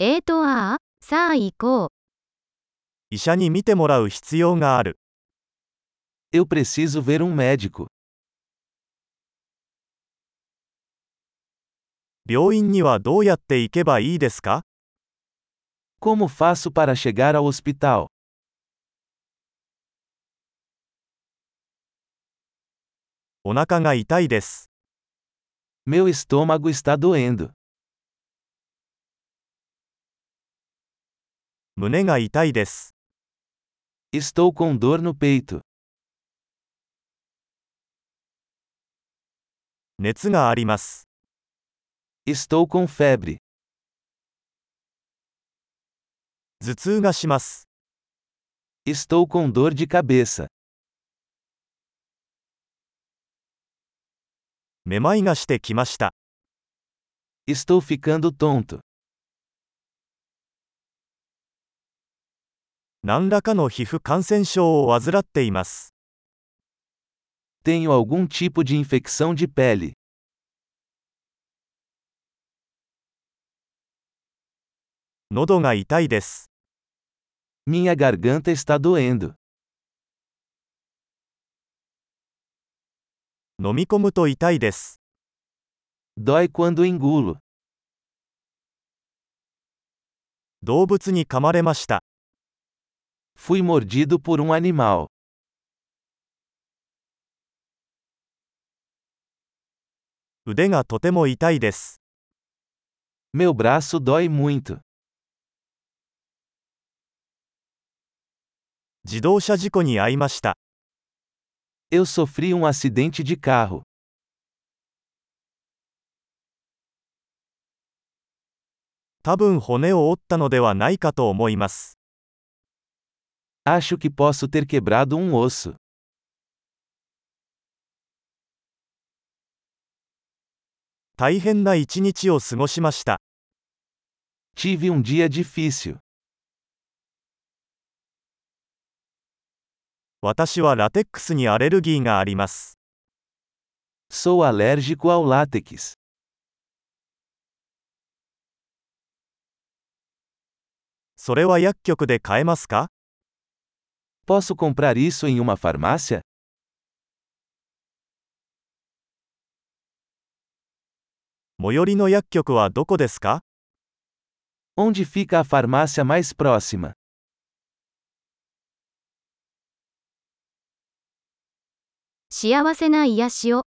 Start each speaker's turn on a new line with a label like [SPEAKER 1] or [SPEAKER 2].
[SPEAKER 1] えーとああ、さあ行こう。
[SPEAKER 2] 医者に診てもらう必要がある。
[SPEAKER 3] Eu preciso ver um médico.
[SPEAKER 2] 病院にはどうやって行けばいいですか
[SPEAKER 3] Como faço para chegar ao hospital?
[SPEAKER 2] お腹が痛いです。
[SPEAKER 3] Meu estômago está doendo.
[SPEAKER 2] 胸が痛いです。
[SPEAKER 3] Estou com dor no peito.
[SPEAKER 2] 熱があります。
[SPEAKER 3] Estou com febre.
[SPEAKER 2] 頭痛がします。
[SPEAKER 3] Estou com dor de cabeça.
[SPEAKER 2] めまいがしてきました。
[SPEAKER 3] Estou ficando tonto.
[SPEAKER 2] 何らかの皮膚感染症を患っています。
[SPEAKER 3] Tenho algum tipo de infecção de pele.
[SPEAKER 2] 喉が痛いです。
[SPEAKER 3] Minha garganta está doendo.
[SPEAKER 2] 飲み込むと痛いです。
[SPEAKER 3] Dói quando engulo.
[SPEAKER 2] 動物に噛まれました。
[SPEAKER 3] Fui mordido por um animal.
[SPEAKER 2] 腕がとても痛いです。
[SPEAKER 3] Meu braço dói muito.
[SPEAKER 2] 自動車事故に遭いました。
[SPEAKER 3] Eu sofri um acidente de carro.
[SPEAKER 2] 多分骨を折ったのではないかと思います。
[SPEAKER 3] Acho que posso ter quebrado um osso.
[SPEAKER 2] 大変な一日を過ごしました。
[SPEAKER 3] Tive um dia difícil.
[SPEAKER 2] 私はラテックスにアレルギーがあります。
[SPEAKER 3] Sou alérgico ao látex.
[SPEAKER 2] それは薬局で買えますか
[SPEAKER 3] Posso comprar isso em uma farmácia?
[SPEAKER 2] 最寄りの薬局はどこですか
[SPEAKER 3] Onde fica a farmácia mais próxima?
[SPEAKER 1] 幸せな癒しを。